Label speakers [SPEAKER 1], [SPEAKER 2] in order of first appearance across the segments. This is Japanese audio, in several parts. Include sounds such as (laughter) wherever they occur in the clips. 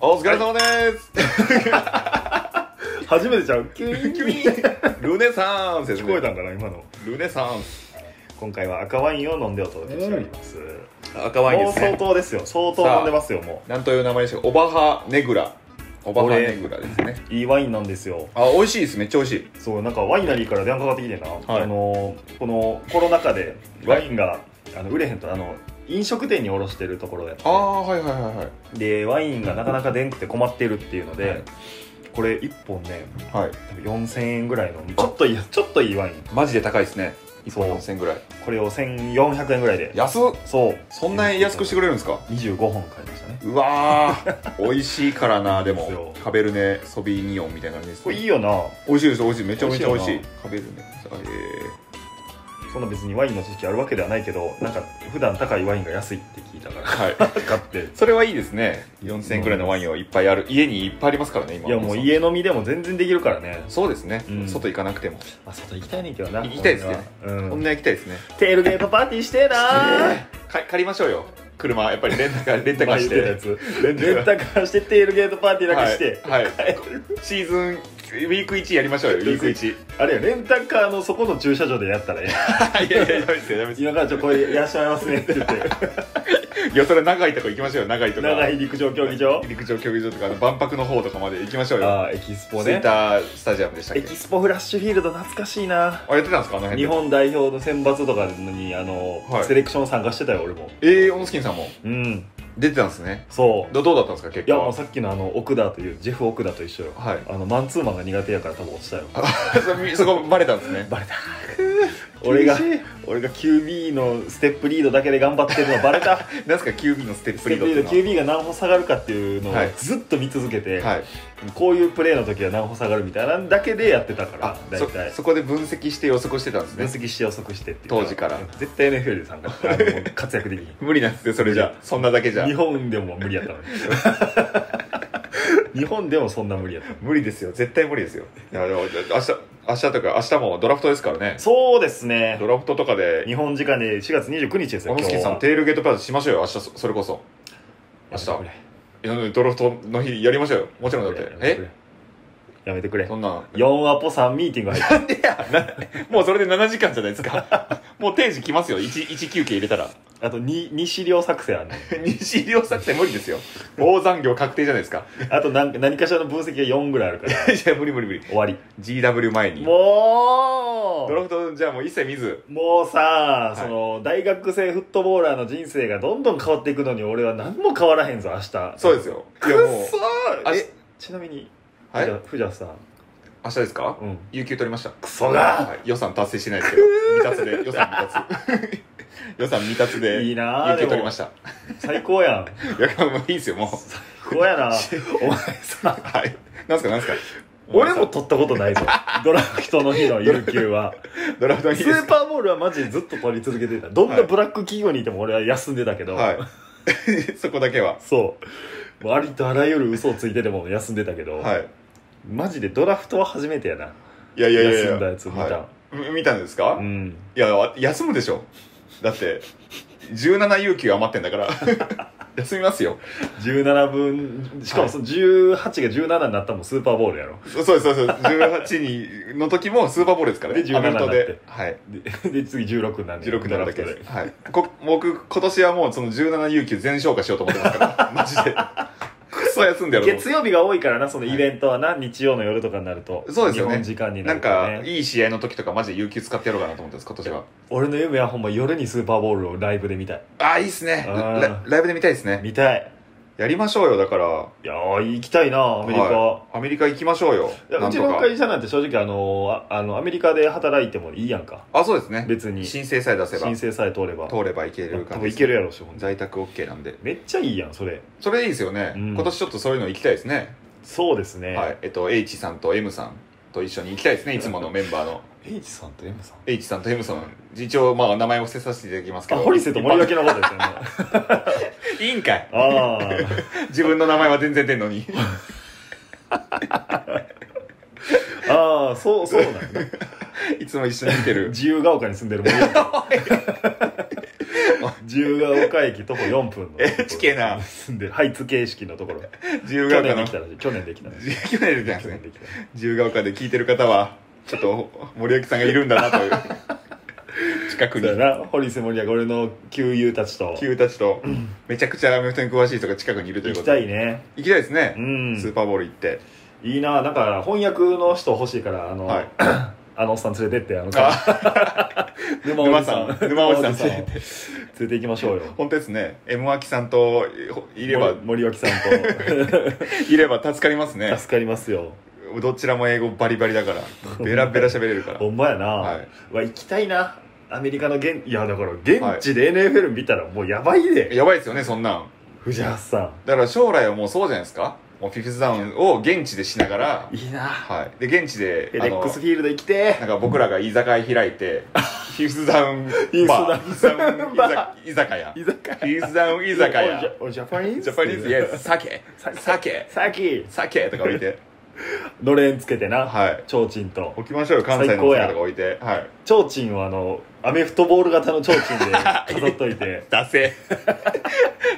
[SPEAKER 1] お疲れ様です、
[SPEAKER 2] 初めてじゃん急に
[SPEAKER 1] 急にルネサンスです
[SPEAKER 2] 聞
[SPEAKER 1] ね
[SPEAKER 2] こえたんかな今の
[SPEAKER 1] ルネサンス
[SPEAKER 2] 今回は赤ワインを飲んでお届けしております、
[SPEAKER 1] 赤ワインで
[SPEAKER 2] もう
[SPEAKER 1] す
[SPEAKER 2] 相
[SPEAKER 1] ね
[SPEAKER 2] 当ですよ相当飲んでますよも
[SPEAKER 1] なんという名前でしたかオバハネグラオバハネグラですね
[SPEAKER 2] ういいワインなんですよ
[SPEAKER 1] あ美味しいですめっちゃ美味しい
[SPEAKER 2] そうなんかワイナリーから電話かかってきてな、
[SPEAKER 1] はい
[SPEAKER 2] あのこのコロナ禍でワインが、あの売れへんとあの飲食店に卸してるところやって
[SPEAKER 1] ああはいはいはいはい
[SPEAKER 2] でワインがなかなか出んくて困ってるっていうので、
[SPEAKER 1] はい
[SPEAKER 2] これ1本ね
[SPEAKER 1] はい
[SPEAKER 2] 多分4000円ぐらいのちょっといいちょっといいワイン
[SPEAKER 1] マジで高いですね1
[SPEAKER 2] そう
[SPEAKER 1] 本4000ぐらい
[SPEAKER 2] これを1400円ぐらいで
[SPEAKER 1] 安っ
[SPEAKER 2] そう
[SPEAKER 1] そんなに安くしてくれるんですか
[SPEAKER 2] 25本買いましたね
[SPEAKER 1] うわ (laughs) ー美味しいからなで
[SPEAKER 2] そうで
[SPEAKER 1] も
[SPEAKER 2] すよ
[SPEAKER 1] カベルネソビーニオンみたいな感じです
[SPEAKER 2] これいい
[SPEAKER 1] ね
[SPEAKER 2] よな
[SPEAKER 1] 美味しいです美味しいめちゃめちゃ美味し
[SPEAKER 2] 美
[SPEAKER 1] い
[SPEAKER 2] 味
[SPEAKER 1] カベルネえ
[SPEAKER 2] そんな別にワインの知識あるわけではないけどなんか普段高いワインが安いって聞いたか
[SPEAKER 1] ー、はい
[SPEAKER 2] ら (laughs) 買って
[SPEAKER 1] それはいいですね4000円くらいのワインはいっぱいある家にいっぱいありますからね今
[SPEAKER 2] いやもう家飲みでも全然できるからね
[SPEAKER 1] そうですね、
[SPEAKER 2] うん
[SPEAKER 1] 外行かなくても
[SPEAKER 2] あ外行きたいねんけどな
[SPEAKER 1] 行きたいですね
[SPEAKER 2] これは
[SPEAKER 1] こ
[SPEAKER 2] うんん
[SPEAKER 1] な行きたいですね、
[SPEAKER 2] テールゲートパーティーしてえなー
[SPEAKER 1] か借りましょうよ車やっぱりレンタカ (laughs) ーレンタカー
[SPEAKER 2] 前
[SPEAKER 1] し
[SPEAKER 2] 言っててたやつレンタカーしてテールゲートパーティーだけして、
[SPEAKER 1] はい、はい (laughs) シーズンウィーク1やりましょうよウィーク1
[SPEAKER 2] あれよレンタカーのそこの駐車場でやったらええ
[SPEAKER 1] (laughs) いやいややめですよやめですよ
[SPEAKER 2] 今からちょっとこれいらっしゃいますねって言 (laughs) って
[SPEAKER 1] いやそれは長いとこ行きましょうよ長いとこ
[SPEAKER 2] 長い陸上競技場
[SPEAKER 1] 陸上競技場とかあの万博の方とかまで行きましょうよ
[SPEAKER 2] ああエキスポ
[SPEAKER 1] ツイッ
[SPEAKER 2] ね
[SPEAKER 1] タースタジアムでしたっ
[SPEAKER 2] エ
[SPEAKER 1] け
[SPEAKER 2] キスポフラッシュフィールド懐かしいな
[SPEAKER 1] あやってたんですかあの辺で
[SPEAKER 2] 日本代表の選抜とかにあの、
[SPEAKER 1] はい
[SPEAKER 2] セレクション参加してたよ俺も
[SPEAKER 1] ええー、オノスキンさんも
[SPEAKER 2] うん
[SPEAKER 1] 出てたんですね
[SPEAKER 2] そう
[SPEAKER 1] どどうだったんですか結
[SPEAKER 2] い
[SPEAKER 1] 果
[SPEAKER 2] や
[SPEAKER 1] は
[SPEAKER 2] もうさっきのあの奥田というジェフ奥田と一緒よ
[SPEAKER 1] はい
[SPEAKER 2] あのマンツーマンが苦手やから多分落ちたよ
[SPEAKER 1] あ (laughs) そこバレたんですね
[SPEAKER 2] バレた俺が
[SPEAKER 1] 厳しい
[SPEAKER 2] 俺が QB のステップリードだけで頑張ってるのバレ (laughs) た
[SPEAKER 1] なんですか QB のステッ
[SPEAKER 2] ス
[SPEAKER 1] プ
[SPEAKER 2] テ
[SPEAKER 1] リー
[SPEAKER 2] ッ
[SPEAKER 1] ド
[SPEAKER 2] プリード
[SPEAKER 1] っていう
[SPEAKER 2] QB が何歩下がるかっていうのを
[SPEAKER 1] はい
[SPEAKER 2] ずっと見続けて、
[SPEAKER 1] のははい
[SPEAKER 2] こういうプレーの時は何歩下がるみたいなんだけでやってたから
[SPEAKER 1] あ
[SPEAKER 2] 大
[SPEAKER 1] そ
[SPEAKER 2] 体
[SPEAKER 1] そこで分析して予測してたんです
[SPEAKER 2] 分
[SPEAKER 1] ね
[SPEAKER 2] 析して予測してっていう
[SPEAKER 1] 当時から
[SPEAKER 2] 絶対 NFL で参加あのもう活躍できひん
[SPEAKER 1] 無理なんですよそれじ
[SPEAKER 2] 無
[SPEAKER 1] ゃ
[SPEAKER 2] 理
[SPEAKER 1] そんなだけじゃ
[SPEAKER 2] 日本でも無理やった (laughs) のに日本でもそんな無理やった
[SPEAKER 1] 無理ですよ絶対無理ですよいやでも明日明日とか明日もドラフトですからね
[SPEAKER 2] そうですね
[SPEAKER 1] ドラフトとかで
[SPEAKER 2] 日本時間で4月29日です
[SPEAKER 1] オ
[SPEAKER 2] よ
[SPEAKER 1] ノ
[SPEAKER 2] 今
[SPEAKER 1] スキ
[SPEAKER 2] 日
[SPEAKER 1] ンさんテールゲートパーティーしましょうよ明日そそれこそ明日いやドラフトの日やりましょうよもちろんだってえ
[SPEAKER 2] やめてくれ
[SPEAKER 1] そんなん
[SPEAKER 2] 4アポ3ミーティング入ってる
[SPEAKER 1] いやなもうそれで7時間じゃないですか (laughs) もう定時来ますよ 1, 1休憩入れたら
[SPEAKER 2] あと 2, 二資料作成あんねん
[SPEAKER 1] (laughs) 西医療作戦無理ですよ (laughs) 大残業確定じゃないですか
[SPEAKER 2] あと何何かしらの分析が4ぐらいあるか
[SPEAKER 1] (laughs)
[SPEAKER 2] ら
[SPEAKER 1] いや無理無理無理
[SPEAKER 2] 終わり
[SPEAKER 1] GW 前に
[SPEAKER 2] も
[SPEAKER 1] ドラフトじゃあもう一切見ず
[SPEAKER 2] もうさ、
[SPEAKER 1] い
[SPEAKER 2] その大学生フットボーラーの人生がどんどん変わっていくのに俺は何も変わらへんぞ明日
[SPEAKER 1] そう
[SPEAKER 2] す
[SPEAKER 1] ですよ
[SPEAKER 2] く
[SPEAKER 1] い
[SPEAKER 2] っ
[SPEAKER 1] やもう
[SPEAKER 2] そー
[SPEAKER 1] あ
[SPEAKER 2] えちなみに
[SPEAKER 1] はい
[SPEAKER 2] 藤田藤田さん
[SPEAKER 1] 明日ですか
[SPEAKER 2] うん
[SPEAKER 1] 有給取りました
[SPEAKER 2] クソが
[SPEAKER 1] はい予算達成してないですけど未達で予算未達 (laughs) 予算未達で
[SPEAKER 2] いいなあ
[SPEAKER 1] 有給
[SPEAKER 2] でも
[SPEAKER 1] 取りました
[SPEAKER 2] 最高やん
[SPEAKER 1] いやもういいですよ
[SPEAKER 2] (laughs)
[SPEAKER 1] もう
[SPEAKER 2] 最高や
[SPEAKER 1] (laughs)
[SPEAKER 2] なお前さ
[SPEAKER 1] はいなんすかなんすか
[SPEAKER 2] (laughs) 俺も取ったことないぞドラフトの日の有給は
[SPEAKER 1] ドラフト
[SPEAKER 2] ス
[SPEAKER 1] (laughs) にいいです
[SPEAKER 2] ー
[SPEAKER 1] か
[SPEAKER 2] パーボールはマジでずっと取り続けてたどんなブラック企業にいても俺は休んでたけど、
[SPEAKER 1] はい (laughs) そこだけは
[SPEAKER 2] そうもうありとあらゆる嘘をついてでも休んでたけど、
[SPEAKER 1] はい
[SPEAKER 2] マジでドラフトは初めてやない
[SPEAKER 1] やいやいやいや
[SPEAKER 2] 休んだやつ見た、
[SPEAKER 1] はいみ見たんですか、
[SPEAKER 2] う
[SPEAKER 1] い
[SPEAKER 2] ん
[SPEAKER 1] や休むでしょだって17有給余ってんだから (laughs) 休みますよ
[SPEAKER 2] 17分しかもその18が17になったのもスーパーボールやろ
[SPEAKER 1] そうですそうです18にの時もスーパーボールですからね
[SPEAKER 2] で17
[SPEAKER 1] アメフト
[SPEAKER 2] になっ
[SPEAKER 1] で
[SPEAKER 2] て
[SPEAKER 1] はい
[SPEAKER 2] でで次16になる
[SPEAKER 1] 16になるだけ
[SPEAKER 2] ドラ
[SPEAKER 1] で
[SPEAKER 2] フト
[SPEAKER 1] はいこ僕今年はもうその17有給全消化しようと思ってますから
[SPEAKER 2] (laughs)
[SPEAKER 1] マジでクソ休んでやろうと思って
[SPEAKER 2] 月曜日が多いからなそのイベントはな、日曜の夜とかになると
[SPEAKER 1] そうですよね
[SPEAKER 2] 日本時間にな
[SPEAKER 1] な
[SPEAKER 2] る
[SPEAKER 1] ん
[SPEAKER 2] と、ね、
[SPEAKER 1] かいい試合の時とかマジで有給使ってやろうかなと思ってます今年は
[SPEAKER 2] 俺の夢はほんま夜にスーパーボールをライブで見たい
[SPEAKER 1] ああいいっすね
[SPEAKER 2] あー
[SPEAKER 1] ラライブで見たいですね
[SPEAKER 2] 見たい
[SPEAKER 1] やりましょうよだから
[SPEAKER 2] いやー行きたいなアメリカ、
[SPEAKER 1] はいアメリカ行きましょうよ
[SPEAKER 2] いや
[SPEAKER 1] な
[SPEAKER 2] うんち
[SPEAKER 1] と
[SPEAKER 2] の
[SPEAKER 1] か
[SPEAKER 2] 会社なんて正直あのああのアメリカで働いてもいいやんか
[SPEAKER 1] あそうですね
[SPEAKER 2] 別に
[SPEAKER 1] 申請さえ出せば
[SPEAKER 2] 申請さえ通れば
[SPEAKER 1] 通ればいける
[SPEAKER 2] 多
[SPEAKER 1] 感じ
[SPEAKER 2] 分
[SPEAKER 1] で
[SPEAKER 2] い
[SPEAKER 1] す
[SPEAKER 2] けるやろうしほんで
[SPEAKER 1] 在宅 OK なんで
[SPEAKER 2] めっちゃいいやんそれ
[SPEAKER 1] それいいですよね、
[SPEAKER 2] うん
[SPEAKER 1] 今年ちょっとそういうの行きたいですね、
[SPEAKER 2] そうですね、
[SPEAKER 1] はいえっと H さんと M さんと一緒に行きたいですねいつものメンバーの
[SPEAKER 2] H さんと M さん
[SPEAKER 1] H さんと M さん一応まあ名前を伏せさせていただきますけ
[SPEAKER 2] あ
[SPEAKER 1] ど
[SPEAKER 2] 堀瀬と森脇のことで
[SPEAKER 1] (laughs)
[SPEAKER 2] すよね
[SPEAKER 1] いいんかい
[SPEAKER 2] ああ
[SPEAKER 1] 自分の名前は全然出ん
[SPEAKER 2] (laughs)
[SPEAKER 1] のに
[SPEAKER 2] ああそうそうなんだ (laughs)
[SPEAKER 1] いつも一緒に見てる (laughs)
[SPEAKER 2] 自由が丘に住んでる森脇自由が丘駅徒歩4分の
[SPEAKER 1] え近えな
[SPEAKER 2] 住んでハイツ形式のところ
[SPEAKER 1] 自由が
[SPEAKER 2] 去
[SPEAKER 1] 丘の
[SPEAKER 2] 年できたらしい去年できたらしい
[SPEAKER 1] 自由が丘できたんです
[SPEAKER 2] 去年
[SPEAKER 1] ね
[SPEAKER 2] できた
[SPEAKER 1] 自由が丘で聞いてる方はちょっと森脇さんがいるんだなという
[SPEAKER 2] (laughs)
[SPEAKER 1] 近く
[SPEAKER 2] そうや
[SPEAKER 1] に
[SPEAKER 2] な堀瀬森は俺の旧友たちと
[SPEAKER 1] 旧たちとめちゃくちゃラメフトに詳しい人が近くにいるとい
[SPEAKER 2] 行
[SPEAKER 1] うこ
[SPEAKER 2] き
[SPEAKER 1] と
[SPEAKER 2] た
[SPEAKER 1] で
[SPEAKER 2] いね
[SPEAKER 1] 行きたいですね
[SPEAKER 2] う、ん
[SPEAKER 1] スーパーボール行って
[SPEAKER 2] いいななんか翻訳の人欲しいからあの、
[SPEAKER 1] はい
[SPEAKER 2] (clears throat) あのおっさん連れてってあの
[SPEAKER 1] あ
[SPEAKER 2] 沼お
[SPEAKER 1] 沼
[SPEAKER 2] じさん
[SPEAKER 1] さん沼おじさん
[SPEAKER 2] (laughs) 連れて行きましょうよ
[SPEAKER 1] 本当ですね M 脇さんといれば
[SPEAKER 2] 森森脇さ
[SPEAKER 1] (laughs)
[SPEAKER 2] んと
[SPEAKER 1] いれば助かりますね
[SPEAKER 2] 助かりますよ
[SPEAKER 1] どちらも英語バリバリだから
[SPEAKER 2] (laughs)
[SPEAKER 1] ベラベラ喋れるから
[SPEAKER 2] ほんまやな、
[SPEAKER 1] は
[SPEAKER 2] うわ行きたいなアメリカの現いやだから現地で NFL 見たらもうやばいで、
[SPEAKER 1] やばいですよねそんなん
[SPEAKER 2] 藤原さ
[SPEAKER 1] だから将来はもうそうじゃないですかもうフィフスダウンを現地でしながら
[SPEAKER 2] んいいな
[SPEAKER 1] はいで現地で
[SPEAKER 2] エ
[SPEAKER 1] あ
[SPEAKER 2] レッ
[SPEAKER 1] の
[SPEAKER 2] クスフィールド行きて
[SPEAKER 1] なんか僕らが居酒屋開い
[SPEAKER 2] (laughs)
[SPEAKER 1] てフィフスダウンバー
[SPEAKER 2] フィフスダウン
[SPEAKER 1] フィフス
[SPEAKER 2] バー
[SPEAKER 1] ダウン居酒屋
[SPEAKER 2] 居
[SPEAKER 1] フ
[SPEAKER 2] 酒屋
[SPEAKER 1] ィフスダウン居酒屋
[SPEAKER 2] おおジャパニーズ
[SPEAKER 1] ジャパニーズイエス酒酒
[SPEAKER 2] さっき
[SPEAKER 1] 酒とか置いて
[SPEAKER 2] のれんつけてな、
[SPEAKER 1] はい
[SPEAKER 2] ちょうちんと
[SPEAKER 1] 置きましょうよ関西
[SPEAKER 2] 最
[SPEAKER 1] の
[SPEAKER 2] 高
[SPEAKER 1] 酒
[SPEAKER 2] や
[SPEAKER 1] とか置いてはい
[SPEAKER 2] ちょうちんをあのアメフトボール型のちょうち
[SPEAKER 1] (laughs)
[SPEAKER 2] んで飾っといて
[SPEAKER 1] ダセえ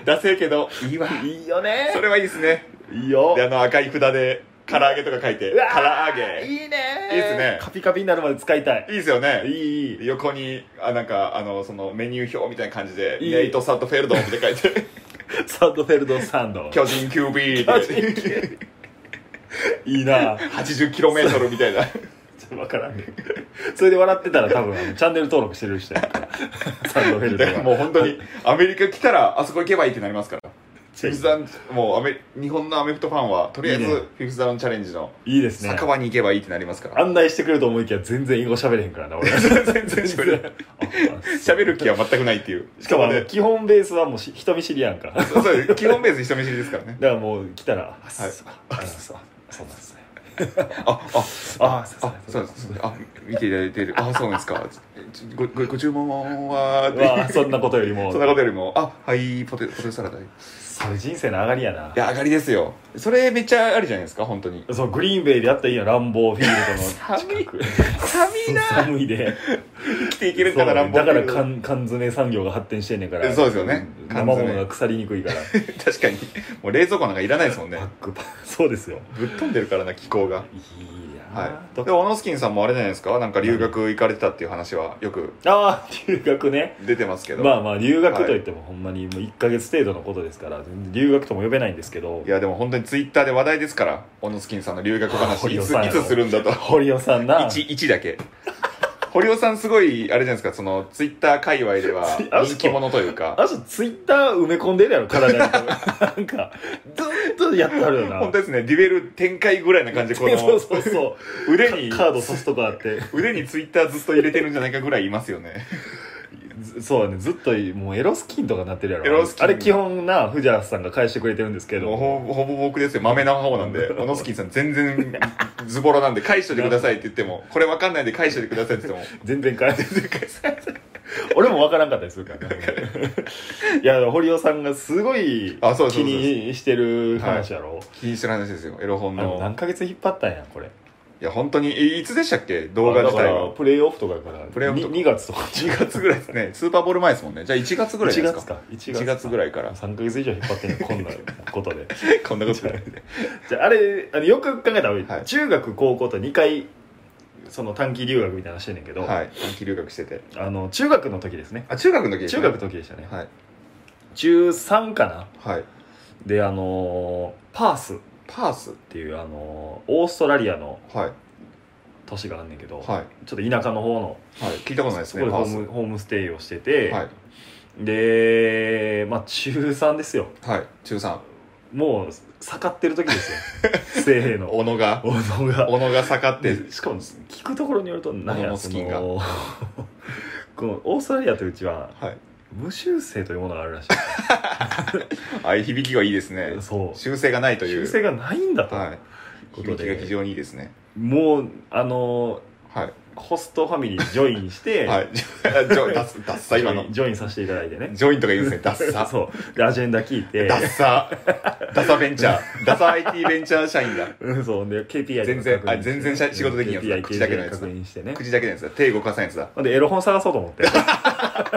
[SPEAKER 1] ダセえけどいいわ
[SPEAKER 2] いいよね
[SPEAKER 1] それはいいですね
[SPEAKER 2] いいよ
[SPEAKER 1] であの赤い札で唐揚げとか書いて
[SPEAKER 2] うわー
[SPEAKER 1] 唐揚げい
[SPEAKER 2] いいね
[SPEAKER 1] いいっすね
[SPEAKER 2] カピカピになるまで使いたい
[SPEAKER 1] いですよね
[SPEAKER 2] いいいい
[SPEAKER 1] 横にあなんかあのそのメニュー表みたいな感じで
[SPEAKER 2] いい
[SPEAKER 1] ネイト・サッドフェルドって書い
[SPEAKER 2] (laughs)
[SPEAKER 1] て
[SPEAKER 2] サンドフェルドサンド
[SPEAKER 1] 巨人 QB って
[SPEAKER 2] (laughs) いい
[SPEAKER 1] (laughs)
[SPEAKER 2] な
[SPEAKER 1] 80km みたいな
[SPEAKER 2] 分からんねそれで笑ってたら多分あのチャンネル登録してる人やからサンドフェルド
[SPEAKER 1] で
[SPEAKER 2] が
[SPEAKER 1] もう本当にアメリカ来たらあそこ行けばいいってなりますからフ
[SPEAKER 2] チェ
[SPEAKER 1] ィ
[SPEAKER 2] イ
[SPEAKER 1] フス
[SPEAKER 2] ス
[SPEAKER 1] ダウンもうアメ日本のアメフトファンはとりあえず
[SPEAKER 2] いい
[SPEAKER 1] フ
[SPEAKER 2] ね
[SPEAKER 1] ィフスダウンチャレンジの
[SPEAKER 2] いいですね
[SPEAKER 1] 酒場に行けばいいってなりますから
[SPEAKER 2] 案内してくれると思いきや全然英語喋れへんからな
[SPEAKER 1] (laughs)
[SPEAKER 2] 俺
[SPEAKER 1] 全然喋れない (laughs) 喋る気は全くないっていう
[SPEAKER 2] しかもあの
[SPEAKER 1] ね
[SPEAKER 2] 基本ベースはもうし人見知りやんかだか
[SPEAKER 1] そうです基本ベース人見知りです
[SPEAKER 2] (laughs)
[SPEAKER 1] からね
[SPEAKER 2] らもう来たら「あっ
[SPEAKER 1] はい
[SPEAKER 2] そうあそうそうなんですね
[SPEAKER 1] ああ
[SPEAKER 2] あそう
[SPEAKER 1] あ、
[SPEAKER 2] そ
[SPEAKER 1] そううです。あ、見ていただいてる。あ、そうなんですか。ち (laughs) ご、ご、ご注文は、
[SPEAKER 2] うわそんなことよりも
[SPEAKER 1] そんなことよりも、あ、はい、ポテ、ポテトサラダ。い
[SPEAKER 2] それ人生の上がりやな
[SPEAKER 1] や、上がりですよ。それめっちゃありじゃないですか、本当に。
[SPEAKER 2] そうグリーンベイでやったらいいよランボーフィールドの
[SPEAKER 1] 寒い
[SPEAKER 2] 近く
[SPEAKER 1] 寒いな
[SPEAKER 2] 寒いで
[SPEAKER 1] 生きていけるんだから、
[SPEAKER 2] そうだから
[SPEAKER 1] かん、
[SPEAKER 2] 缶缶詰産業が発展してんねんから
[SPEAKER 1] そうですよね
[SPEAKER 2] うん
[SPEAKER 1] 缶
[SPEAKER 2] 生
[SPEAKER 1] 詰
[SPEAKER 2] 物が腐りにくいから
[SPEAKER 1] (laughs) 確かに。もう冷蔵庫なんかいらないですもんね
[SPEAKER 2] パッ。クパックそうですよ
[SPEAKER 1] ぶっ飛んでるからな、気候が。
[SPEAKER 2] いいや
[SPEAKER 1] はい。
[SPEAKER 2] と
[SPEAKER 1] で、オノスキンさんもあれじゃないですか、なんか留学行かれてたっていう話はよく
[SPEAKER 2] ああ留学ね
[SPEAKER 1] 出てますけど。
[SPEAKER 2] まあまあ留学といってもほんまにもう1か月程度のことですから全然留学とも呼べないんですけど
[SPEAKER 1] いや、でも本当にツイッターで話題ですから、オノスキンさんの留学話、
[SPEAKER 2] 堀
[SPEAKER 1] い
[SPEAKER 2] 尾
[SPEAKER 1] つ、
[SPEAKER 2] さん
[SPEAKER 1] い
[SPEAKER 2] やろ
[SPEAKER 1] つするんだと。
[SPEAKER 2] 堀尾さんな
[SPEAKER 1] 一一だけ堀尾さんすごいあれじゃないですかそのツイッター界隈では
[SPEAKER 2] ツイあ
[SPEAKER 1] 人気者というか
[SPEAKER 2] あとツイッター埋め込んでるやろ
[SPEAKER 1] (laughs)
[SPEAKER 2] 体になんかずっとやってはるよな
[SPEAKER 1] 本当ですねデュエル展開ぐらいな感じでこ
[SPEAKER 2] (laughs) そう
[SPEAKER 1] の
[SPEAKER 2] そ
[SPEAKER 1] (laughs)
[SPEAKER 2] うそう
[SPEAKER 1] 腕に
[SPEAKER 2] カカード刺すとこあって
[SPEAKER 1] 腕にツイッターずっと入れてるんじゃないかぐらいいますよ
[SPEAKER 2] (laughs)
[SPEAKER 1] ね
[SPEAKER 2] ずそうだねずっともうエロスキンとかなってるやろ
[SPEAKER 1] エロスキン
[SPEAKER 2] あれ基本な藤原さんが返してくれてるんですけ
[SPEAKER 1] もう
[SPEAKER 2] ど
[SPEAKER 1] ほほぼ僕ですよ豆な方なんで小野スキンさん全然ズボラなんで返しといてくださいって言って
[SPEAKER 2] (laughs)
[SPEAKER 1] もこれわかんないんで返しといてくださいって言っても
[SPEAKER 2] 全然返せ (laughs) 俺もわからんかったりするか
[SPEAKER 1] (laughs)
[SPEAKER 2] らねいや堀尾さんがすごい
[SPEAKER 1] あそうです
[SPEAKER 2] 気にしてる話やろ、
[SPEAKER 1] 禁止の話ですよエロ本
[SPEAKER 2] あの
[SPEAKER 1] の
[SPEAKER 2] 何ヶ月引っ張ったんやこれ
[SPEAKER 1] いや本当にえいつでしたっけ動画自体
[SPEAKER 2] あだから
[SPEAKER 1] は
[SPEAKER 2] プレイオフとかやから
[SPEAKER 1] プレイオフとか
[SPEAKER 2] に2月とか
[SPEAKER 1] 2月ぐらいですねスーパーボール前ですもんねじゃあ1月ぐらい
[SPEAKER 2] 1
[SPEAKER 1] です
[SPEAKER 2] 月
[SPEAKER 1] か
[SPEAKER 2] か
[SPEAKER 1] 1月ぐらいから
[SPEAKER 2] 3ヶ月以上引っ張ってんのこんなことで (laughs)
[SPEAKER 1] こんなことない
[SPEAKER 2] じゃああれあのよく考えたら、
[SPEAKER 1] はい
[SPEAKER 2] 中学高校と2回その短期留学みたいなのしてんねんけど、
[SPEAKER 1] はい短期留学してて
[SPEAKER 2] あの中学の時ですね
[SPEAKER 1] あ中学の時です
[SPEAKER 2] 中
[SPEAKER 1] ね
[SPEAKER 2] 学の時でしたね、
[SPEAKER 1] はい
[SPEAKER 2] 中3かな
[SPEAKER 1] はい
[SPEAKER 2] であのーパースっ
[SPEAKER 1] パース
[SPEAKER 2] ていうあのーオーストラリアの
[SPEAKER 1] はい
[SPEAKER 2] 都市があんねんけど、
[SPEAKER 1] は
[SPEAKER 2] ちょっと田舎の方の
[SPEAKER 1] いはい聞いたことないです
[SPEAKER 2] そ
[SPEAKER 1] ね
[SPEAKER 2] こで
[SPEAKER 1] パ
[SPEAKER 2] ホ
[SPEAKER 1] ー
[SPEAKER 2] ーム
[SPEAKER 1] ス
[SPEAKER 2] ホームステイをしてて、
[SPEAKER 1] はい
[SPEAKER 2] でまあ中3ですよ
[SPEAKER 1] はい中3
[SPEAKER 2] もう盛ってる時ですよ生平の
[SPEAKER 1] 小野が
[SPEAKER 2] おのが
[SPEAKER 1] 小野が下 (laughs) がって
[SPEAKER 2] でしかも聞くところによると何
[SPEAKER 1] おの
[SPEAKER 2] や
[SPEAKER 1] の
[SPEAKER 2] そ
[SPEAKER 1] スキンが
[SPEAKER 2] のこのオーストラリアといううちは
[SPEAKER 1] はい
[SPEAKER 2] 無修正というものがあるらし
[SPEAKER 1] あい響きがいいですね
[SPEAKER 2] いそう
[SPEAKER 1] 修正がないという
[SPEAKER 2] 修正がないんだと、
[SPEAKER 1] はい
[SPEAKER 2] こと
[SPEAKER 1] 響
[SPEAKER 2] で
[SPEAKER 1] きが非常にいいですね
[SPEAKER 2] もうあの
[SPEAKER 1] は
[SPEAKER 2] ホストファミリージョインし
[SPEAKER 1] い (laughs)
[SPEAKER 2] て、
[SPEAKER 1] はいジョイダッダッサ今の
[SPEAKER 2] ジョインジョインさせていただいてね
[SPEAKER 1] ジョインとか言うんですねダッ (laughs) サ
[SPEAKER 2] (laughs) そうでアジェンダ聞いて
[SPEAKER 1] ダッ (laughs) サダサベンチャーダサ IT ベンチャー社員だ
[SPEAKER 2] うん (laughs) そうで KPI
[SPEAKER 1] 全然あ全然し仕事できんやつだ
[SPEAKER 2] KPI
[SPEAKER 1] 口だけのやつだ
[SPEAKER 2] 確認してね
[SPEAKER 1] 口だけのやつだ手動かさないやつだ (laughs)
[SPEAKER 2] ほんでエロ本探そうと思って
[SPEAKER 1] か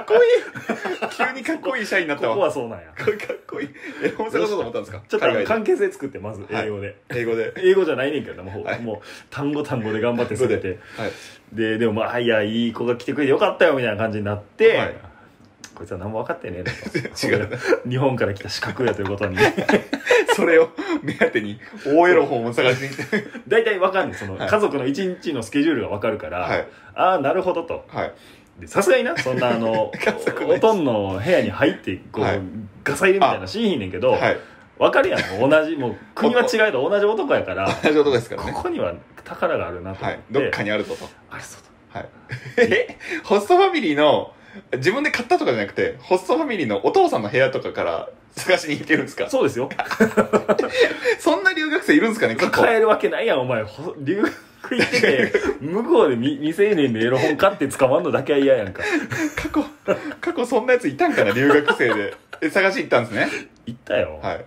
[SPEAKER 1] っ (laughs) こいい急にかっこいい社員になった
[SPEAKER 2] ここ
[SPEAKER 1] わ。
[SPEAKER 2] はそうなんや
[SPEAKER 1] かっこいい。え、大阪そうと思ったんですか
[SPEAKER 2] ちょっとあの
[SPEAKER 1] 海外
[SPEAKER 2] 関係性作ってまず英語で、
[SPEAKER 1] で。英語で。
[SPEAKER 2] 英語じゃないねんけどなもう,、
[SPEAKER 1] はい
[SPEAKER 2] もう単語単語で頑張ってすべて
[SPEAKER 1] はい。
[SPEAKER 2] ででもまあいやいい子が来てくれてよかったよみたいな感じになって、
[SPEAKER 1] はい
[SPEAKER 2] こいつは何も分かってねえ
[SPEAKER 1] (laughs) 違
[SPEAKER 2] な
[SPEAKER 1] うな。
[SPEAKER 2] 日本から来た資格やということに
[SPEAKER 1] それを目当てに、大エロ本を探しに行って。
[SPEAKER 2] 大体分かんねんその、
[SPEAKER 1] はい
[SPEAKER 2] 家族の一日のスケジュールが分かるから、
[SPEAKER 1] はい。
[SPEAKER 2] ああなるほどと
[SPEAKER 1] (laughs) はい。
[SPEAKER 2] でさすがになそんなあの
[SPEAKER 1] (laughs) 家族の
[SPEAKER 2] おとんの部屋に入ってこう、
[SPEAKER 1] はい
[SPEAKER 2] ガサ入れみたいなしーひんねんけど、
[SPEAKER 1] はい。
[SPEAKER 2] 分かるやん同じもう国は違えど同じ男やから
[SPEAKER 1] 同じ男ですから
[SPEAKER 2] こ
[SPEAKER 1] ね。
[SPEAKER 2] こには宝があるなと
[SPEAKER 1] は
[SPEAKER 2] 思っ
[SPEAKER 1] い。
[SPEAKER 2] て、
[SPEAKER 1] どっかにあるぞと。
[SPEAKER 2] あれそうだ
[SPEAKER 1] はい。えホストファミリーの、自分で買ったとかじゃなくて、ホストファミリーのお父さんの部屋とかから探しに行ってるんですか
[SPEAKER 2] そうですよ
[SPEAKER 1] そんな留学生いるんですかね過去
[SPEAKER 2] 抱えるわけないやんお前ほ留学行っ
[SPEAKER 1] (laughs)
[SPEAKER 2] てて向こうで未未成年でエロ本買って捕まんのだけは嫌やんか
[SPEAKER 1] 過去、過去そんなやついたんかな留学生で。え探しに行ったんですね。
[SPEAKER 2] 行ったよ、
[SPEAKER 1] はい。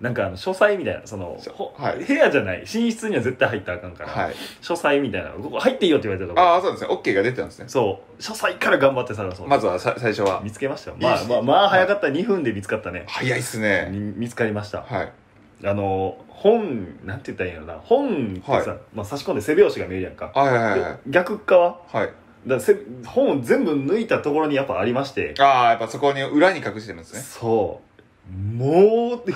[SPEAKER 2] なんかあの書斎みたいなその
[SPEAKER 1] しょ
[SPEAKER 2] ほ
[SPEAKER 1] はい
[SPEAKER 2] 部屋じゃない寝室には絶対入ったらあかんから、
[SPEAKER 1] はい。
[SPEAKER 2] 書斎みたいなここ入っていいよって言われたとこ
[SPEAKER 1] ああ、そうなんですね。OK が出てたんですね。
[SPEAKER 2] そう書斎から頑張って探そう、
[SPEAKER 1] まずはさ最初は。
[SPEAKER 2] 見つけましたよ
[SPEAKER 1] いい
[SPEAKER 2] ま
[SPEAKER 1] し
[SPEAKER 2] あまあまあ早かった2分で見つかったね、
[SPEAKER 1] 早いっす
[SPEAKER 2] み
[SPEAKER 1] ね。
[SPEAKER 2] 見つかりました
[SPEAKER 1] はい。
[SPEAKER 2] あの本なんて言ったらいいんやろな本ってさ、
[SPEAKER 1] は
[SPEAKER 2] まあ、差し込んで背表紙が見えるやんか、
[SPEAKER 1] あはいはいはい
[SPEAKER 2] で逆側
[SPEAKER 1] はい。
[SPEAKER 2] だからせ本を全部抜いたところにやっぱありまして、
[SPEAKER 1] ああ、やっぱそこに裏に隠してるんですね。
[SPEAKER 2] そうもう、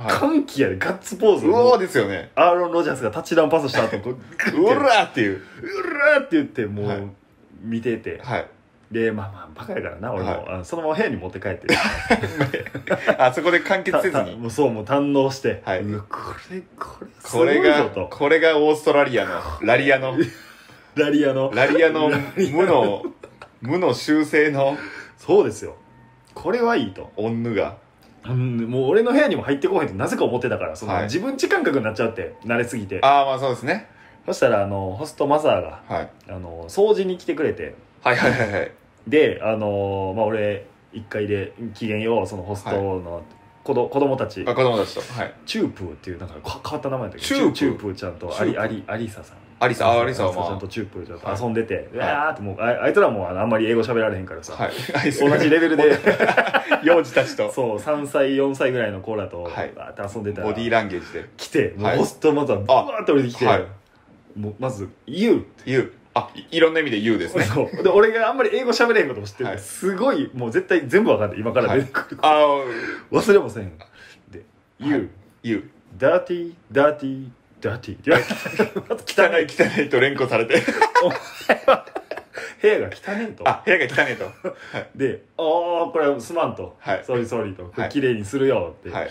[SPEAKER 1] はい。
[SPEAKER 2] 歓喜やでガッツポーズ
[SPEAKER 1] うおーですよね。
[SPEAKER 2] アーロン・ロジャースがタッチダウンパスした後こうグッ
[SPEAKER 1] う
[SPEAKER 2] て
[SPEAKER 1] らーっていう。
[SPEAKER 2] うらーって言ってもう、
[SPEAKER 1] はい
[SPEAKER 2] 見てて
[SPEAKER 1] はい。
[SPEAKER 2] でまあまあバカやからな俺も、
[SPEAKER 1] は
[SPEAKER 2] あのそのまま部屋に持って
[SPEAKER 1] (laughs)
[SPEAKER 2] 帰って
[SPEAKER 1] あそこで完結
[SPEAKER 2] た
[SPEAKER 1] せず
[SPEAKER 2] た
[SPEAKER 1] に。
[SPEAKER 2] もうそうもう堪能して、
[SPEAKER 1] はいう
[SPEAKER 2] わこれこれ (laughs) す
[SPEAKER 1] こ
[SPEAKER 2] ごい
[SPEAKER 1] れ
[SPEAKER 2] ぞ
[SPEAKER 1] が、
[SPEAKER 2] と
[SPEAKER 1] これがオーストラリアの、ラリア
[SPEAKER 2] (laughs)
[SPEAKER 1] の、
[SPEAKER 2] ラリアの
[SPEAKER 1] ラリアの
[SPEAKER 2] ラ
[SPEAKER 1] 無の、無の修正の
[SPEAKER 2] そうですよこれはいいと、
[SPEAKER 1] 女が。
[SPEAKER 2] うん、もう俺の部屋にも入ってこへんとなぜか思ってたからその、
[SPEAKER 1] はい
[SPEAKER 2] 自分ち感覚になっちゃって慣れすぎて
[SPEAKER 1] ああ、まあそうですね。
[SPEAKER 2] そしたらあのホストマザーが
[SPEAKER 1] はい。
[SPEAKER 2] あの掃除に来てくれて
[SPEAKER 1] はいはいはいはい。
[SPEAKER 2] であのまあ俺1階で機嫌ようそのホストの子ど、子供たち
[SPEAKER 1] あ、子供たちと。はい。
[SPEAKER 2] チュープーっていうなんかか変わった名前だけど
[SPEAKER 1] チュープー
[SPEAKER 2] チュープーちゃんとア
[SPEAKER 1] チュー
[SPEAKER 2] リ
[SPEAKER 1] プー
[SPEAKER 2] アリアリサさん
[SPEAKER 1] アリサ、あアリサ
[SPEAKER 2] そうそうちゃ
[SPEAKER 1] は
[SPEAKER 2] ん
[SPEAKER 1] ま
[SPEAKER 2] とチュープーちゃんと遊んでて、う
[SPEAKER 1] は
[SPEAKER 2] わ
[SPEAKER 1] い
[SPEAKER 2] ーってもうああいつらもあのあんまり英語喋られへんからさ、
[SPEAKER 1] あ、はい。アリサ
[SPEAKER 2] 同じレベルで
[SPEAKER 1] 幼児たちと、
[SPEAKER 2] (laughs) そう3歳4歳ぐらいの子らとわ
[SPEAKER 1] はい
[SPEAKER 2] ーって遊んでたら、
[SPEAKER 1] ボディーランゲージで。
[SPEAKER 2] 来ても
[SPEAKER 1] は
[SPEAKER 2] う
[SPEAKER 1] い
[SPEAKER 2] ホストマザーブワーって降りてきて、
[SPEAKER 1] はい
[SPEAKER 2] もうまず「You」
[SPEAKER 1] 言う。あ、いいろんな意味で言うですね。
[SPEAKER 2] (laughs) そうで俺があんまり英語喋れへんことも知ってる、
[SPEAKER 1] はい
[SPEAKER 2] すごいもう絶対全部わかんない今から出てくる、
[SPEAKER 1] ああ、
[SPEAKER 2] (laughs) 忘れもせんで「
[SPEAKER 1] はい
[SPEAKER 2] You
[SPEAKER 1] 言う。」
[SPEAKER 2] 「Dirty Dirty Dirty」って言われて (laughs) まず
[SPEAKER 1] 汚
[SPEAKER 2] 汚い
[SPEAKER 1] い汚いと連呼されて。
[SPEAKER 2] 部屋が汚いと
[SPEAKER 1] あ、部屋が汚いと。
[SPEAKER 2] (laughs)
[SPEAKER 1] はい。
[SPEAKER 2] で「おーこれすまん」と
[SPEAKER 1] はい
[SPEAKER 2] ソリソリ」と「こ
[SPEAKER 1] は
[SPEAKER 2] れ
[SPEAKER 1] い
[SPEAKER 2] 綺麗にするよ」って
[SPEAKER 1] はい。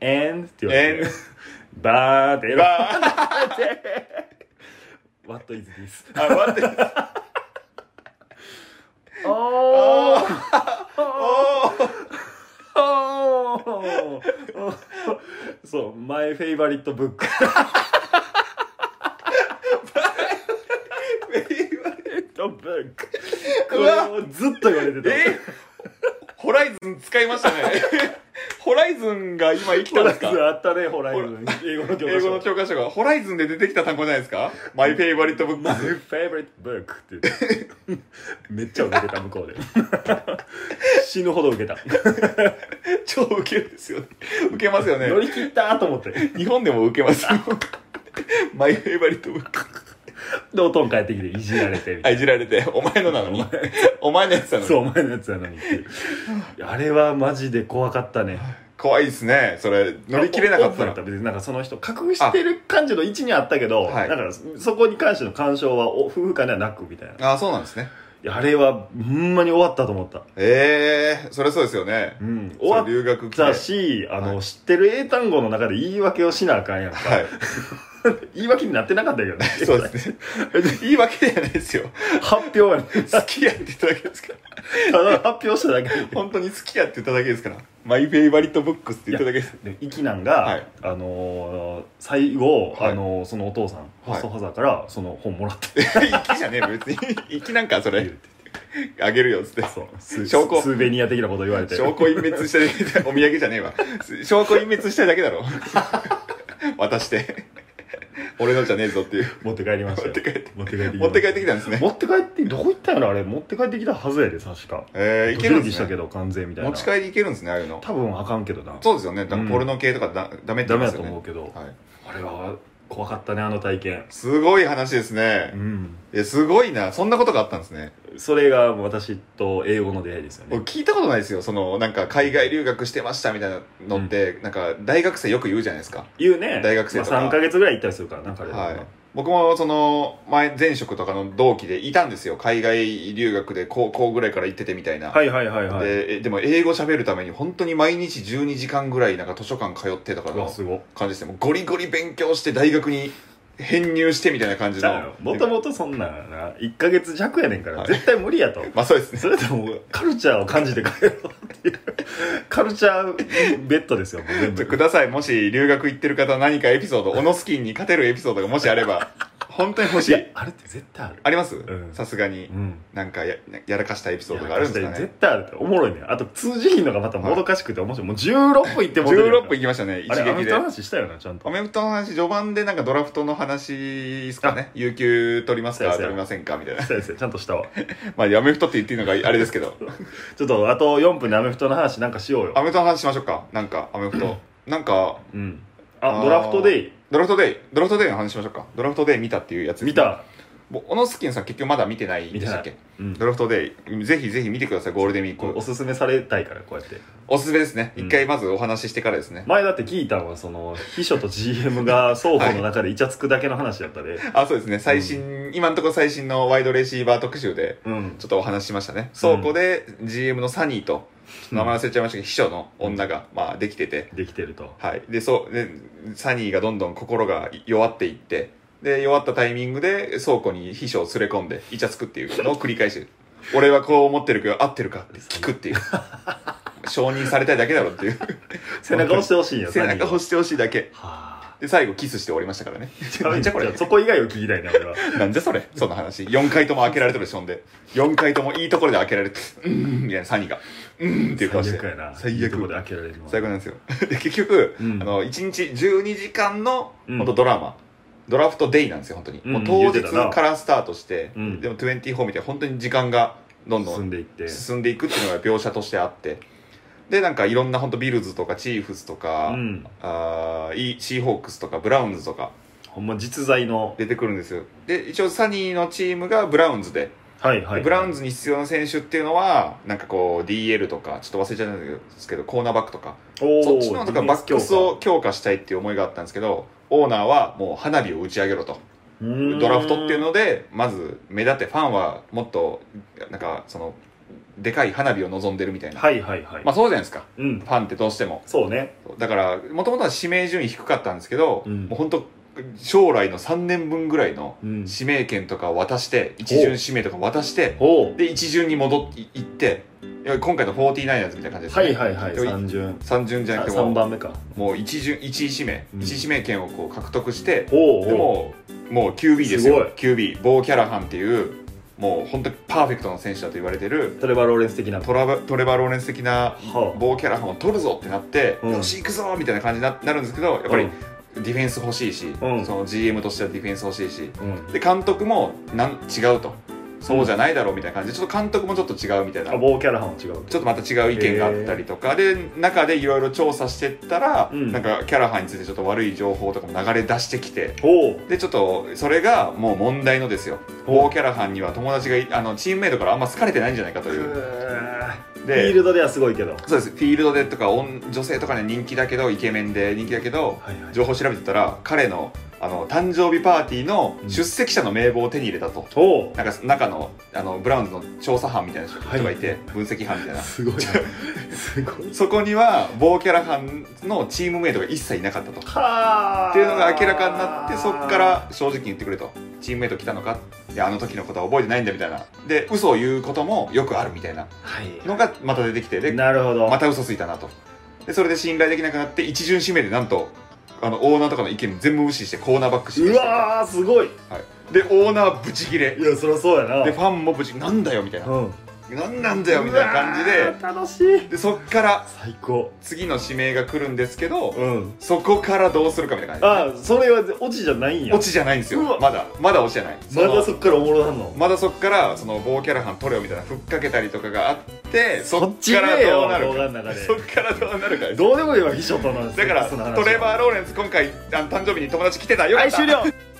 [SPEAKER 2] で And」って言われて「バー」って選
[SPEAKER 1] バー
[SPEAKER 2] べて「What is this?」
[SPEAKER 1] あ、待って。
[SPEAKER 2] おー
[SPEAKER 1] おー
[SPEAKER 2] おーそう、マイフェイバリットブック。トブック。これをずっと言われてた。
[SPEAKER 1] えホライズン使いましたね。 (laughs) ホライズンが今生きたんです
[SPEAKER 2] (laughs) ホライズ
[SPEAKER 1] か
[SPEAKER 2] ンあったね、ホライズン。英語の教科書。
[SPEAKER 1] 英語の教科書が、ホライズンで出てきた単語じゃないですかマイフェイバリット
[SPEAKER 2] (laughs)
[SPEAKER 1] ブッ
[SPEAKER 2] マイ
[SPEAKER 1] クス。
[SPEAKER 2] フェイバリットブックって言って。 (laughs) めっちゃ受けてた、向こうで。 (laughs) 死ぬほど受けた。
[SPEAKER 1] 超ウケるですよね。ウケますよね。
[SPEAKER 2] 乗り切ったと思って。
[SPEAKER 1] 日本でもウケ
[SPEAKER 2] (laughs)
[SPEAKER 1] ますよ。マイフェイバリットブック。
[SPEAKER 2] で、おとん帰ってきていじられてみたい
[SPEAKER 1] あ、い
[SPEAKER 2] な
[SPEAKER 1] じられて、お前のなのに。お前のやつなの
[SPEAKER 2] そう、
[SPEAKER 1] に。
[SPEAKER 2] お前のやつやのにっていう。あれはマジで怖かったね。
[SPEAKER 1] 怖いですね。それ、乗り切れなかった
[SPEAKER 2] オープンや
[SPEAKER 1] ら
[SPEAKER 2] った。別になんかその人、隠してる感じの位置にあったけど、
[SPEAKER 1] はい
[SPEAKER 2] だからそこに関しての干渉はお夫婦間ではなくみたいない
[SPEAKER 1] あ、そうなんですね。
[SPEAKER 2] や。あれはほんまに終わったと思った。
[SPEAKER 1] ええー、それそうですよね
[SPEAKER 2] う。ん、終わ
[SPEAKER 1] そう
[SPEAKER 2] っ
[SPEAKER 1] 留学来て。は
[SPEAKER 2] た
[SPEAKER 1] い。
[SPEAKER 2] し、あの、
[SPEAKER 1] は
[SPEAKER 2] 知ってる英単語の中で言い訳をしなあかんやんか。言い訳になってなかったけ (laughs) どね。
[SPEAKER 1] (laughs) そうですね。言い訳じゃないですよ。
[SPEAKER 2] 発表は、ね、
[SPEAKER 1] 好きやって言っただけですから。
[SPEAKER 2] ただ発表しただけで。
[SPEAKER 1] (laughs) 本当に好きやって言っただけですから。マイフェイバリットブックスって言っただけです。
[SPEAKER 2] でイキナンが、
[SPEAKER 1] はい
[SPEAKER 2] あのー最後、
[SPEAKER 1] はい
[SPEAKER 2] あのーそのお父さん、ホストファザーからその本もらっ
[SPEAKER 1] (laughs)
[SPEAKER 2] て
[SPEAKER 1] 行きじゃねえ、別に。行きなんか、それ。あげるよ、つって。
[SPEAKER 2] そう
[SPEAKER 1] (laughs)
[SPEAKER 2] す
[SPEAKER 1] 証拠
[SPEAKER 2] スーベニア的なこと言われて
[SPEAKER 1] 証拠隠滅しただ (laughs) け、お土産じゃねえわ。証拠隠滅したいだけだろ。渡して。俺のじゃねえぞって (laughs) いう。
[SPEAKER 2] 持って帰りまし
[SPEAKER 1] 持
[SPEAKER 2] たよ
[SPEAKER 1] って帰って。
[SPEAKER 2] 持って帰ってきま
[SPEAKER 1] 持って帰
[SPEAKER 2] し
[SPEAKER 1] ってきたんです
[SPEAKER 2] た
[SPEAKER 1] ね。
[SPEAKER 2] 持って帰ってどこ行ったんやろあれ持って帰ってきたはずやで確か
[SPEAKER 1] えー、いけるん
[SPEAKER 2] ドキドキ
[SPEAKER 1] で
[SPEAKER 2] し
[SPEAKER 1] す
[SPEAKER 2] た
[SPEAKER 1] ね
[SPEAKER 2] け。ど完全みたいな
[SPEAKER 1] 持ち帰りいけるんですね、ああいうの。
[SPEAKER 2] 多分あかんけどな
[SPEAKER 1] そうですよね。だから
[SPEAKER 2] うん
[SPEAKER 1] ポルノ系とかだダメって言い
[SPEAKER 2] ダメ
[SPEAKER 1] ま
[SPEAKER 2] だ
[SPEAKER 1] す
[SPEAKER 2] と
[SPEAKER 1] よ
[SPEAKER 2] 思う
[SPEAKER 1] ね。
[SPEAKER 2] けど
[SPEAKER 1] はい。
[SPEAKER 2] あれは怖かったねあの体験
[SPEAKER 1] すごい話です
[SPEAKER 2] う
[SPEAKER 1] ね。
[SPEAKER 2] ん
[SPEAKER 1] え、すごいな。そんなことがあったんですね。
[SPEAKER 2] それが私と英語の出会いですよ
[SPEAKER 1] 俺
[SPEAKER 2] ね
[SPEAKER 1] 聞いたことないですよ。その、なんか海外留学してましたみたいなのって、なんか大学生よく言うじゃないですか。
[SPEAKER 2] 言うね
[SPEAKER 1] 大学生とか
[SPEAKER 2] まあ、3か月ぐらい行ったりするからな彼らは
[SPEAKER 1] はい。僕もその、前、前職とかの同期でいたんですよ。海外留学で高校ぐらいから行っててみたいな。
[SPEAKER 2] はいはいはいはい
[SPEAKER 1] でえでも英語喋るために本当に毎日12時間ぐらいなんか図書館通ってたから
[SPEAKER 2] うわすごっ
[SPEAKER 1] 感じですねもうゴリゴリ勉強して大学に編入してみたいな感じ
[SPEAKER 2] じゃ
[SPEAKER 1] の
[SPEAKER 2] あもともとそんなな1か月弱やねんから、
[SPEAKER 1] はい
[SPEAKER 2] 絶対無理やと
[SPEAKER 1] まあそうですね
[SPEAKER 2] それともカルチャーを感じて帰ろうっていうカルチャーベッドですよもう全
[SPEAKER 1] ちょ (laughs)
[SPEAKER 2] 部
[SPEAKER 1] くださいもし留学行ってる方何かエピソードオノスキンに勝てるエピソードがもしあれば (laughs) 本当に欲し
[SPEAKER 2] い
[SPEAKER 1] い
[SPEAKER 2] やあれって絶対ある
[SPEAKER 1] あります
[SPEAKER 2] ん
[SPEAKER 1] さすがに
[SPEAKER 2] うん
[SPEAKER 1] なんかややらかしたエピソードがあるんですか
[SPEAKER 2] いや
[SPEAKER 1] ね
[SPEAKER 2] 絶対あるっておもろいねあと通じひんのがまたもどかしくて面白い、もう16分いってもうてるやん
[SPEAKER 1] 16分行きましたね一
[SPEAKER 2] あれアメ
[SPEAKER 1] 撃
[SPEAKER 2] フ
[SPEAKER 1] で
[SPEAKER 2] トの話したよなちゃんと
[SPEAKER 1] アメフトの話序盤でなんかドラフトの話ですかね有給取ります
[SPEAKER 2] そう
[SPEAKER 1] か
[SPEAKER 2] です
[SPEAKER 1] 取りませんかみたいな (laughs)
[SPEAKER 2] そうですよちゃんとしたわ
[SPEAKER 1] まあアメフトって言っていいのかあれですけ (laughs) ど
[SPEAKER 2] ちょっとあと4分でアメフトの話なんかしようよ
[SPEAKER 1] アメフトの話しましょうか。なんか、アメフト。なんか、
[SPEAKER 2] うん
[SPEAKER 1] あ
[SPEAKER 2] あ
[SPEAKER 1] ー
[SPEAKER 2] ドラフトで
[SPEAKER 1] ドラフトデイ、ドラフトデイの話しましょうか。ドラフトデイ見たっていうやつ。
[SPEAKER 2] 見。た
[SPEAKER 1] もう、小野スキンさん結局まだ見てないんでしたっけ
[SPEAKER 2] うん
[SPEAKER 1] ドラフトデイ、ぜひぜひ見てください、ゴールデンウィ
[SPEAKER 2] こう
[SPEAKER 1] ー
[SPEAKER 2] お
[SPEAKER 1] ク。
[SPEAKER 2] すすめされたいからこうやって
[SPEAKER 1] おすすめですね。
[SPEAKER 2] うん
[SPEAKER 1] 一回まずお話ししてからですね。
[SPEAKER 2] 前だって聞いたのはその秘書と GM が双方の中でイチャつくだけの話やったで、
[SPEAKER 1] あ、そうですね。最新、今のところ最新のワイドレシーバー特集で、
[SPEAKER 2] うん
[SPEAKER 1] ちょっとお話ししましたね。倉庫で GM のサニーと、ちょっと名前忘れちゃいましたけど、秘書の女が、まあ、できてて、
[SPEAKER 2] できてると
[SPEAKER 1] はい、でそうでサニーがどんどん心が弱っていってで弱ったタイミングで倉庫に秘書を連れ込んでイチャつくっていうのを繰り返してる俺はこう思ってるけど合ってるかって聞くっていう
[SPEAKER 2] (laughs)
[SPEAKER 1] 承認されたいだけだろっていう
[SPEAKER 2] 背中押してほしいんや
[SPEAKER 1] 背中
[SPEAKER 2] し
[SPEAKER 1] 押してほしいだけ
[SPEAKER 2] はあ
[SPEAKER 1] で最後キスして終わりましたからねなんじゃこれ
[SPEAKER 2] そこ以外を聞きたいね
[SPEAKER 1] (laughs)
[SPEAKER 2] 俺は
[SPEAKER 1] なんじゃそれその話4回とも開けられてるしほんで4回ともいいところで開けられてうーんみたいなサニーがうーんっていう顔して
[SPEAKER 2] 最悪やな
[SPEAKER 1] 最悪
[SPEAKER 2] いいとこで開けられるのは
[SPEAKER 1] 最後なんですよで結局、
[SPEAKER 2] うん
[SPEAKER 1] あの1日12時間の
[SPEAKER 2] うん
[SPEAKER 1] 本当ドラマ、ドラフトデイなんですよ本当に、
[SPEAKER 2] うん
[SPEAKER 1] もう当
[SPEAKER 2] 言
[SPEAKER 1] 日
[SPEAKER 2] うてたな
[SPEAKER 1] からスタートして、
[SPEAKER 2] うん
[SPEAKER 1] でも24みたいに本当に時間がどんど
[SPEAKER 2] 進ん
[SPEAKER 1] ん
[SPEAKER 2] でいって
[SPEAKER 1] 進んでいくっていうのが描写としてあってでなんかいろんな本当ビルズとかチーフスと
[SPEAKER 2] う
[SPEAKER 1] か、
[SPEAKER 2] ん
[SPEAKER 1] あーイシーホークスとかブラウンズとか
[SPEAKER 2] ほんま実在の
[SPEAKER 1] 出てくるんですよで一応サニーのチームがブラウンズで
[SPEAKER 2] はいはい
[SPEAKER 1] ブラウンズに必要な選手っていうのはなんかこう DL とかちょっと忘れちゃったんですけどコーナーバックとか
[SPEAKER 2] おー
[SPEAKER 1] そっちのなんかバックス
[SPEAKER 2] ディフェンス強化
[SPEAKER 1] を強化したいっていう思いがあったんですけど、オーナーはもう花火を打ち上げろと。
[SPEAKER 2] うーん
[SPEAKER 1] ドラフトっていうので、まず目立ってファンはもっと、なんかその、でかい花火を望んでるみたいな。
[SPEAKER 2] はいはいはい
[SPEAKER 1] まあそうじゃないですか。
[SPEAKER 2] うん
[SPEAKER 1] ファンってどうしても。
[SPEAKER 2] そうね
[SPEAKER 1] だから、もともとは指名順位低かったんですけど、
[SPEAKER 2] うん
[SPEAKER 1] もう本当将来の3年分ぐらいの
[SPEAKER 2] うん
[SPEAKER 1] 指名権とかを渡して、一巡指名とか渡して、
[SPEAKER 2] おう
[SPEAKER 1] で、一巡に戻ってい行って、いや今回の 49ers みたいな感じです
[SPEAKER 2] は
[SPEAKER 1] ね。
[SPEAKER 2] いはいはい三巡
[SPEAKER 1] 3巡じゃなくてもう
[SPEAKER 2] 3番目か
[SPEAKER 1] もう一巡一位指名、
[SPEAKER 2] うん
[SPEAKER 1] 一位指名権をこう獲得して、
[SPEAKER 2] おうおう
[SPEAKER 1] でもうもう QB ですよ
[SPEAKER 2] すごい
[SPEAKER 1] QB ボー・キャラハンっていうもう本当にパーフェクトな選手だと言われてる
[SPEAKER 2] トレバー・ローレンス的な
[SPEAKER 1] トラバトレバー・ローレンス的な
[SPEAKER 2] はあ
[SPEAKER 1] ボー・キャラハンを取るぞってなって、
[SPEAKER 2] うん
[SPEAKER 1] よし行くぞみたいな感じにななるんですけどやっぱり
[SPEAKER 2] うん
[SPEAKER 1] ディフェンス欲しいし、
[SPEAKER 2] うん
[SPEAKER 1] その GM としてはディフェンス欲しいし
[SPEAKER 2] うん
[SPEAKER 1] で監督もなん違うとそうじゃないだろうみたいな感じでちょっと監督もちょっと違うみたいな
[SPEAKER 2] あボー・キャラハンは
[SPEAKER 1] ち
[SPEAKER 2] 違う
[SPEAKER 1] ょっとまた違う意見があったりとかで中でいろいろ調査してったら、
[SPEAKER 2] うん
[SPEAKER 1] なんかキャラハンについてちょっと悪い情報とかも流れ出してきて
[SPEAKER 2] おう
[SPEAKER 1] でちょっとそれがもう問題のですよ
[SPEAKER 2] お
[SPEAKER 1] ボーキャラハンには友達がいあのチームメイトからあんま好かれてないんじゃないかと
[SPEAKER 2] う
[SPEAKER 1] いう
[SPEAKER 2] ーフィー
[SPEAKER 1] で
[SPEAKER 2] ルドではすごいけどは
[SPEAKER 1] そうですフィールドでとか女女性とかに人気だけどイケメンで人気だけど
[SPEAKER 2] いはい
[SPEAKER 1] 情報調べてたら彼のあの誕生日パーティーの出席者の名簿を手に入れたと。
[SPEAKER 2] おう
[SPEAKER 1] なんか中のあのブラウンズの調査班みたいな人がいて、
[SPEAKER 2] はい
[SPEAKER 1] 分析班みたいな
[SPEAKER 2] すごいなすごい
[SPEAKER 1] そこにはボーキャラハンのチームメイトが一切いなかったと。っ
[SPEAKER 2] はあ
[SPEAKER 1] ていうのが明らかになってそこから正直に言ってくれとチームメイト来たのかいやあの時のことは覚えてないんだみたいなで嘘を言うこともよくあるみたいなの
[SPEAKER 2] は
[SPEAKER 1] がまた出てきて
[SPEAKER 2] い
[SPEAKER 1] で
[SPEAKER 2] なるほど
[SPEAKER 1] また嘘ついたなとでそれで信頼できなくなって一巡指名でなんとあのオーナーとかの意見全部無視してコーナーバックして
[SPEAKER 2] うわーすごい
[SPEAKER 1] でオーナーブチギレ
[SPEAKER 2] いやそりゃそうやな
[SPEAKER 1] でファンもブチなんだよみたいな
[SPEAKER 2] うん
[SPEAKER 1] 何なんだよみたいな感じ
[SPEAKER 2] うわ
[SPEAKER 1] で
[SPEAKER 2] ー楽しい
[SPEAKER 1] でそっから
[SPEAKER 2] 最高
[SPEAKER 1] 次の指名が来るんですけど
[SPEAKER 2] うん
[SPEAKER 1] そこからどうするかみたいな感
[SPEAKER 2] ああそれはオチじゃないん
[SPEAKER 1] じ
[SPEAKER 2] や
[SPEAKER 1] オチじゃないんですよ
[SPEAKER 2] うわ
[SPEAKER 1] まだまだオチじゃない
[SPEAKER 2] ま
[SPEAKER 1] の
[SPEAKER 2] だそっからおもろなんの
[SPEAKER 1] まだそっからその棒キャラハン取れよみたいなふっかけたりとかがあってそ
[SPEAKER 2] そっ
[SPEAKER 1] っ
[SPEAKER 2] ち
[SPEAKER 1] から
[SPEAKER 2] ね
[SPEAKER 1] ど
[SPEAKER 2] よ
[SPEAKER 1] うなる
[SPEAKER 2] 動
[SPEAKER 1] か
[SPEAKER 2] 画の中
[SPEAKER 1] そっからどうなるか
[SPEAKER 2] で
[SPEAKER 1] です
[SPEAKER 2] どうでもいいわ秘書との
[SPEAKER 1] だからトレバー・ローレンス今回あの誕生日に友達来てたよかっ
[SPEAKER 2] はい
[SPEAKER 1] た
[SPEAKER 2] 終了